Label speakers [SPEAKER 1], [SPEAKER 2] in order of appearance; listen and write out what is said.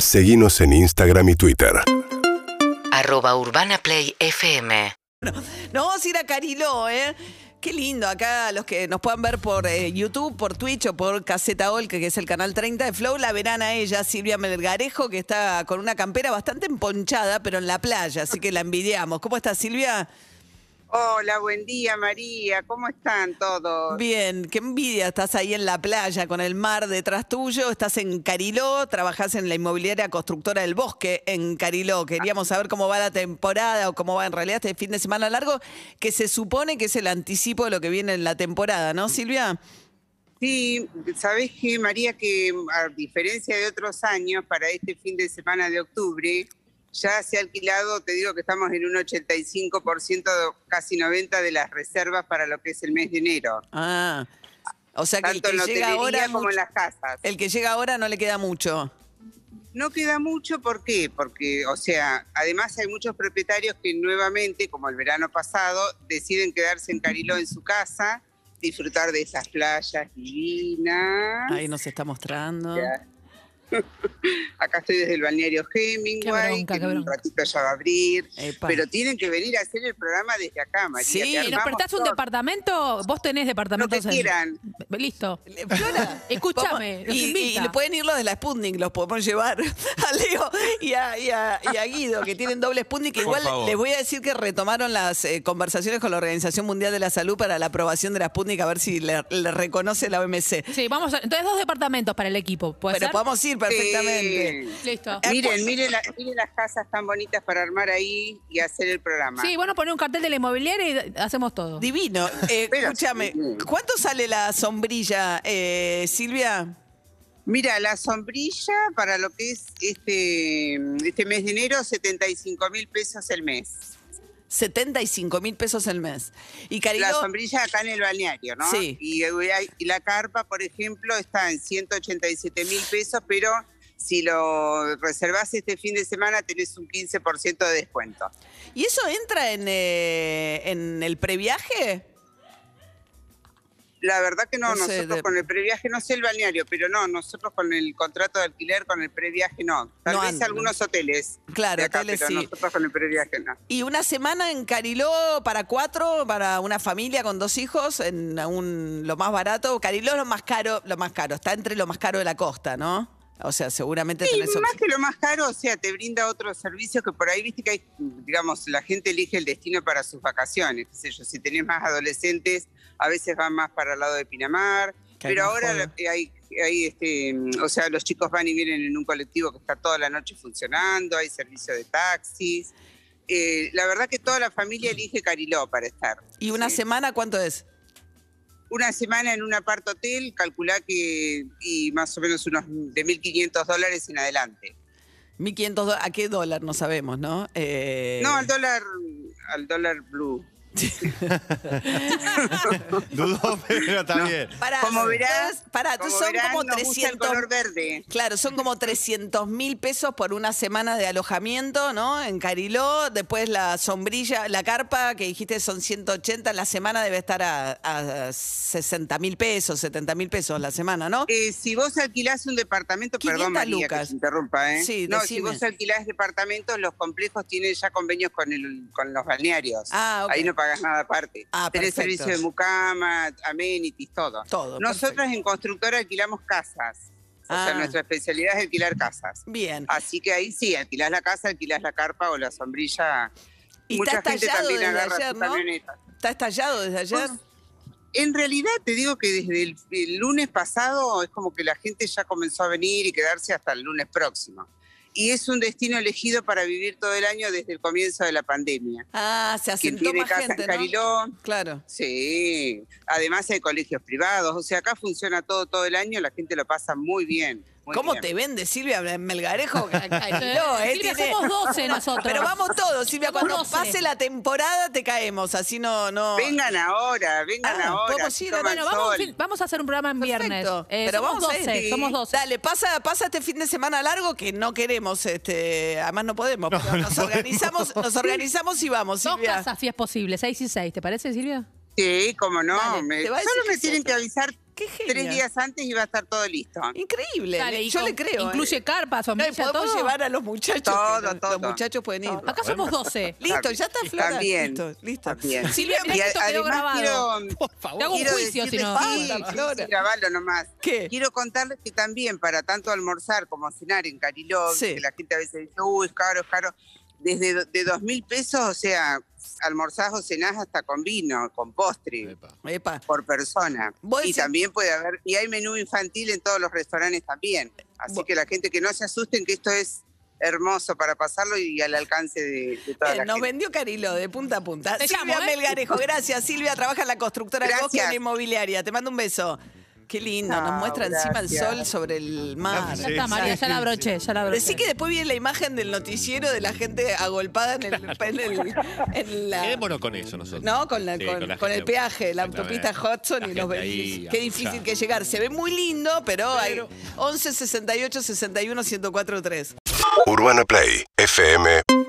[SPEAKER 1] Seguimos en Instagram y Twitter.
[SPEAKER 2] Arroba Urbana Play FM.
[SPEAKER 3] Nos vamos a ir a Cariló, ¿eh? Qué lindo, acá los que nos puedan ver por eh, YouTube, por Twitch o por Caseta Olca, que es el canal 30 de Flow, la verán a ella, Silvia Melgarejo, que está con una campera bastante emponchada, pero en la playa, así que la envidiamos. ¿Cómo está Silvia?
[SPEAKER 4] Hola, buen día María, ¿cómo están todos?
[SPEAKER 3] Bien, qué envidia, estás ahí en la playa con el mar detrás tuyo, estás en Cariló, trabajás en la inmobiliaria constructora del bosque en Cariló. Queríamos saber cómo va la temporada o cómo va en realidad este fin de semana largo, que se supone que es el anticipo de lo que viene en la temporada, ¿no, Silvia?
[SPEAKER 4] Sí, sabés que María, que a diferencia de otros años, para este fin de semana de octubre, ya se ha alquilado, te digo que estamos en un 85%, de- casi 90% de las reservas para lo que es el mes de enero.
[SPEAKER 3] Ah, o sea que el
[SPEAKER 4] Tanto
[SPEAKER 3] que
[SPEAKER 4] en la
[SPEAKER 3] llega ahora,
[SPEAKER 4] hotelería como en
[SPEAKER 3] mucho-
[SPEAKER 4] las casas.
[SPEAKER 3] el que llega ahora no le queda mucho.
[SPEAKER 4] No queda mucho, ¿por qué? Porque, o sea, además hay muchos propietarios que nuevamente, como el verano pasado, deciden quedarse en Cariló en su casa, disfrutar de esas playas divinas.
[SPEAKER 3] Ahí nos está mostrando.
[SPEAKER 4] Ya. Acá estoy desde el balneario Hemingway,
[SPEAKER 5] Qué bronca,
[SPEAKER 4] que
[SPEAKER 5] qué
[SPEAKER 4] en un
[SPEAKER 5] bronca.
[SPEAKER 4] ratito ya va a abrir.
[SPEAKER 3] Epa.
[SPEAKER 4] Pero tienen que venir a hacer el programa desde acá, María.
[SPEAKER 3] Sí,
[SPEAKER 4] te
[SPEAKER 3] nos
[SPEAKER 5] ¿Y Eh, nos
[SPEAKER 4] armamos
[SPEAKER 5] prestás un
[SPEAKER 4] todo.
[SPEAKER 5] departamento? Vos tenés
[SPEAKER 4] Lo que
[SPEAKER 5] departamentos en-
[SPEAKER 4] quieran.
[SPEAKER 5] Listo.
[SPEAKER 3] Flora,
[SPEAKER 5] Escúchame,
[SPEAKER 3] vamos-
[SPEAKER 5] los
[SPEAKER 3] Y, y-
[SPEAKER 5] invita.
[SPEAKER 3] y pueden ir los de la Sputnik, los podemos llevar a Leo y a, y a- y a Guido, que tienen doble Sputnik. que Igual les voy a decir que retomaron las eh, conversaciones con la Organización Mundial de la Salud para la aprobación de la Sputnik, a ver si le, le reconoce la OMC.
[SPEAKER 5] Sí, vamos a- Entonces, dos departamentos para el equipo. ¿Puede
[SPEAKER 3] Pero
[SPEAKER 5] ser?
[SPEAKER 3] podemos ir perfectamente.
[SPEAKER 4] Sí.
[SPEAKER 5] Listo.
[SPEAKER 3] Eh,
[SPEAKER 4] Miren, miren, la- miren las casas tan bonitas para armar ahí y hacer el programa.
[SPEAKER 5] Sí, bueno, poner un cartel de la inmobiliaria y hacemos todo.
[SPEAKER 3] Divino. Eh,
[SPEAKER 4] Pero-
[SPEAKER 3] escúchame, ¿cuánto sale la sombrilla, eh, Silvia?
[SPEAKER 4] Mira, la sombrilla para lo que es este, este mes de enero, 75 mil pesos el mes.
[SPEAKER 3] 75 mil pesos el mes. Y Cariló,
[SPEAKER 4] La sombrilla acá en el balneario, ¿no?
[SPEAKER 3] Sí.
[SPEAKER 4] Y, eh, hay- y la carpa, por ejemplo, está en 187 mil pesos, pero si lo reservas este fin de semana tenés un 15% de descuento.
[SPEAKER 3] ¿y eso entra en, eh, en el previaje?
[SPEAKER 4] La verdad que no,
[SPEAKER 3] No sé,
[SPEAKER 4] nosotros
[SPEAKER 3] de-
[SPEAKER 4] con el previaje, no sé el balneario, pero no, nosotros con el contrato de alquiler, con el previaje no. Tal
[SPEAKER 3] No,
[SPEAKER 4] vez
[SPEAKER 3] an-
[SPEAKER 4] algunos hoteles.
[SPEAKER 3] Claro,
[SPEAKER 4] de acá,
[SPEAKER 3] hoteles
[SPEAKER 4] pero
[SPEAKER 3] sí.
[SPEAKER 4] nosotros con el previaje no.
[SPEAKER 3] Y una semana en Cariló para cuatro, para una familia con dos hijos, en un, lo más barato. Cariló es lo más caro, lo más caro. Está entre lo más caro de la costa, ¿no? O sea, seguramente
[SPEAKER 4] Sí,
[SPEAKER 3] tenés
[SPEAKER 4] más
[SPEAKER 3] opción.
[SPEAKER 4] que lo más caro, o sea, te brinda otros servicios que por ahí, viste que hay, digamos, la gente elige el destino para sus vacaciones, qué sé yo, si tenés más adolescentes, a veces van más para el lado de Pinamar,
[SPEAKER 3] Que hay
[SPEAKER 4] pero
[SPEAKER 3] más
[SPEAKER 4] ahora
[SPEAKER 3] joda.
[SPEAKER 4] la- hay, hay este, mm, o sea, los chicos van y vienen en un colectivo que está toda la noche funcionando, hay servicio de taxis, Eh, la verdad que toda la familia elige Cariló para estar.
[SPEAKER 3] ¿Y una
[SPEAKER 4] Sí.
[SPEAKER 3] semana cuánto es?
[SPEAKER 4] Una semana en un apart hotel, calculá que, y más o menos unos de 1.500 dólares en adelante.
[SPEAKER 3] 1.500 dólares. ¿A qué dólar? No sabemos, ¿no? Eh,
[SPEAKER 4] No, al dólar, al dólar blue.
[SPEAKER 6] Dudó, pero está bien.
[SPEAKER 3] Pará,
[SPEAKER 4] Como verás,
[SPEAKER 3] entonces, pará,
[SPEAKER 4] como
[SPEAKER 3] son
[SPEAKER 4] verás,
[SPEAKER 3] como
[SPEAKER 4] nos gusta el
[SPEAKER 3] 300.
[SPEAKER 4] color verde.
[SPEAKER 3] Claro, son como 300 mil pesos por una semana de alojamiento, ¿no? En Cariló, después la sombrilla, la carpa que dijiste son 180, la semana debe estar a, a 60 mil pesos, 70 mil pesos la semana, ¿no?
[SPEAKER 4] Eh, si vos alquilás un departamento,
[SPEAKER 3] 500
[SPEAKER 4] perdón María que
[SPEAKER 3] lucas.
[SPEAKER 4] te interrumpa, ¿eh?
[SPEAKER 3] Sí,
[SPEAKER 4] no, si
[SPEAKER 3] decime.
[SPEAKER 4] vos alquilás departamentos, los complejos tienen ya convenios con, el, con los balnearios.
[SPEAKER 3] Ah, ok.
[SPEAKER 4] Ahí no pagás nada aparte.
[SPEAKER 3] Ah,
[SPEAKER 4] Tenés
[SPEAKER 3] perfecto.
[SPEAKER 4] servicio de mucama, amenities, todo.
[SPEAKER 3] Todo,
[SPEAKER 4] Nosotras
[SPEAKER 3] perfecto.
[SPEAKER 4] en Constructora alquilamos casas. O
[SPEAKER 3] Ah.
[SPEAKER 4] sea, nuestra especialidad es alquilar casas.
[SPEAKER 3] Bien.
[SPEAKER 4] Así que ahí sí, alquilás la casa, alquilás la carpa o la sombrilla.
[SPEAKER 3] Y
[SPEAKER 4] Mucha
[SPEAKER 3] está
[SPEAKER 4] gente
[SPEAKER 3] estallado
[SPEAKER 4] también
[SPEAKER 3] desde
[SPEAKER 4] agarra
[SPEAKER 3] ayer,
[SPEAKER 4] su
[SPEAKER 3] ¿no?
[SPEAKER 4] camioneta.
[SPEAKER 3] Está estallado desde ayer.
[SPEAKER 4] Pues, En realidad te digo que desde el, el lunes pasado es como que la gente ya comenzó a venir y quedarse hasta el lunes próximo. Y es un destino elegido para vivir todo el año desde el comienzo de la pandemia.
[SPEAKER 3] Ah, se
[SPEAKER 4] Quien
[SPEAKER 3] asentó
[SPEAKER 4] tiene
[SPEAKER 3] más
[SPEAKER 4] casa
[SPEAKER 3] gente,
[SPEAKER 4] en
[SPEAKER 3] ¿no?
[SPEAKER 4] Cariló,
[SPEAKER 3] Claro.
[SPEAKER 4] sí. Además hay colegios privados, o sea, acá funciona todo todo el año, la gente lo pasa muy bien. muy
[SPEAKER 3] ¿Cómo
[SPEAKER 4] bien.
[SPEAKER 3] te vende Silvia Melgarejo? A Cariló, ¿eh?
[SPEAKER 5] Silvia,
[SPEAKER 3] Tiene-
[SPEAKER 5] somos 12 nosotros.
[SPEAKER 3] Pero vamos todos, Silvia,
[SPEAKER 5] Somos
[SPEAKER 3] cuando
[SPEAKER 5] 12.
[SPEAKER 3] pase la temporada te caemos, así no... no
[SPEAKER 4] Vengan ahora, vengan
[SPEAKER 3] Ah,
[SPEAKER 4] ahora.
[SPEAKER 3] podemos ir,
[SPEAKER 4] toma
[SPEAKER 3] bueno,
[SPEAKER 4] el
[SPEAKER 5] Bueno, vamos,
[SPEAKER 4] sol.
[SPEAKER 5] en fin, vamos a hacer un programa en viernes.
[SPEAKER 3] Perfecto.
[SPEAKER 5] Eh,
[SPEAKER 3] Pero
[SPEAKER 5] somos
[SPEAKER 3] vamos a
[SPEAKER 5] 12,
[SPEAKER 3] ir.
[SPEAKER 5] somos 12.
[SPEAKER 3] Dale, pasa, pasa este fin de semana largo que no queremos, este, además no podemos, pero nos organizamos, nos organizamos y vamos,
[SPEAKER 5] Dos
[SPEAKER 3] Silvia.
[SPEAKER 5] casas, si es posible, seis y seis. ¿Te parece, Silvia?
[SPEAKER 4] Sí, cómo no.
[SPEAKER 3] Vale,
[SPEAKER 4] me-
[SPEAKER 3] te va a
[SPEAKER 4] solo
[SPEAKER 3] decir
[SPEAKER 4] me
[SPEAKER 3] que
[SPEAKER 4] tienen
[SPEAKER 3] sí.
[SPEAKER 4] que avisar
[SPEAKER 3] Qué genio.
[SPEAKER 4] Tres días antes iba a estar todo listo.
[SPEAKER 3] Increíble.
[SPEAKER 5] Dale, y
[SPEAKER 3] Yo
[SPEAKER 5] con-
[SPEAKER 3] le creo.
[SPEAKER 5] Incluye
[SPEAKER 3] eh.
[SPEAKER 5] carpa,
[SPEAKER 3] No, y
[SPEAKER 5] sombrilla,
[SPEAKER 3] podemos
[SPEAKER 5] todo.
[SPEAKER 3] llevar a los muchachos.
[SPEAKER 4] Todo,
[SPEAKER 3] que los-
[SPEAKER 4] todo.
[SPEAKER 3] Los muchachos pueden ir.
[SPEAKER 5] Acá somos 12.
[SPEAKER 3] Listo, ya está Flora.
[SPEAKER 4] También.
[SPEAKER 3] Listo, listo.
[SPEAKER 4] También.
[SPEAKER 5] Silvia, mirá
[SPEAKER 4] Y
[SPEAKER 5] que
[SPEAKER 4] a-
[SPEAKER 5] esto quedó grabado.
[SPEAKER 4] quiero,
[SPEAKER 3] Por favor.
[SPEAKER 5] Te hago un
[SPEAKER 4] Quiero
[SPEAKER 5] juicio, si
[SPEAKER 4] decirles-
[SPEAKER 5] no.
[SPEAKER 4] Sí,
[SPEAKER 3] Basta,
[SPEAKER 4] sí,
[SPEAKER 3] Flora.
[SPEAKER 4] sí, grabalo nomás.
[SPEAKER 3] ¿Qué?
[SPEAKER 4] Quiero contarles que también para tanto almorzar como cenar en Cariló,
[SPEAKER 3] Sí.
[SPEAKER 4] que la gente a veces dice, uy, es caro, es caro. Desde do- de dos mil pesos, o sea, almorzás o cenás hasta con vino, con postre,
[SPEAKER 6] Epa.
[SPEAKER 3] Epa.
[SPEAKER 4] por persona.
[SPEAKER 3] Vos
[SPEAKER 4] Y
[SPEAKER 3] decís-
[SPEAKER 4] también puede haber, y hay menú infantil en todos los restaurantes también. Así
[SPEAKER 3] Vos-
[SPEAKER 4] que la gente que no se asusten que esto es hermoso para pasarlo y al alcance de, de toda
[SPEAKER 3] Bien,
[SPEAKER 4] la
[SPEAKER 3] nos
[SPEAKER 4] gente.
[SPEAKER 3] vendió Carilo de punta a punta.
[SPEAKER 5] Te
[SPEAKER 3] Silvia
[SPEAKER 5] llamo, ¿eh?
[SPEAKER 3] Melgarejo, gracias. Silvia trabaja en la constructora de
[SPEAKER 4] Gracias.
[SPEAKER 3] bosque en la inmobiliaria. Te mando un beso. Qué lindo, nos
[SPEAKER 4] Chao,
[SPEAKER 3] muestra encima el
[SPEAKER 4] gracias.
[SPEAKER 3] sol sobre el mar.
[SPEAKER 5] Ya está,
[SPEAKER 6] Sí,
[SPEAKER 5] María,
[SPEAKER 6] sí,
[SPEAKER 5] ya la
[SPEAKER 6] sí,
[SPEAKER 5] broché, ya la broché.
[SPEAKER 3] Decí que después viene la imagen del noticiero de la gente agolpada en el. En el- en la-
[SPEAKER 6] Quedémonos con eso nosotros.
[SPEAKER 3] ¿No? Con, la-
[SPEAKER 6] Sí,
[SPEAKER 3] con,
[SPEAKER 6] la
[SPEAKER 3] con el
[SPEAKER 6] gente-
[SPEAKER 3] peaje, la autopista
[SPEAKER 6] Exactamente.
[SPEAKER 3] Hudson
[SPEAKER 6] La
[SPEAKER 3] y los
[SPEAKER 6] gente
[SPEAKER 3] vehículos.
[SPEAKER 6] ahí,
[SPEAKER 3] Qué difícil
[SPEAKER 6] abuchada.
[SPEAKER 3] que llegar. Se ve muy lindo, pero, hay
[SPEAKER 6] Pero-
[SPEAKER 3] 11 68 61 1043.
[SPEAKER 1] UrbanaPlay.fm.com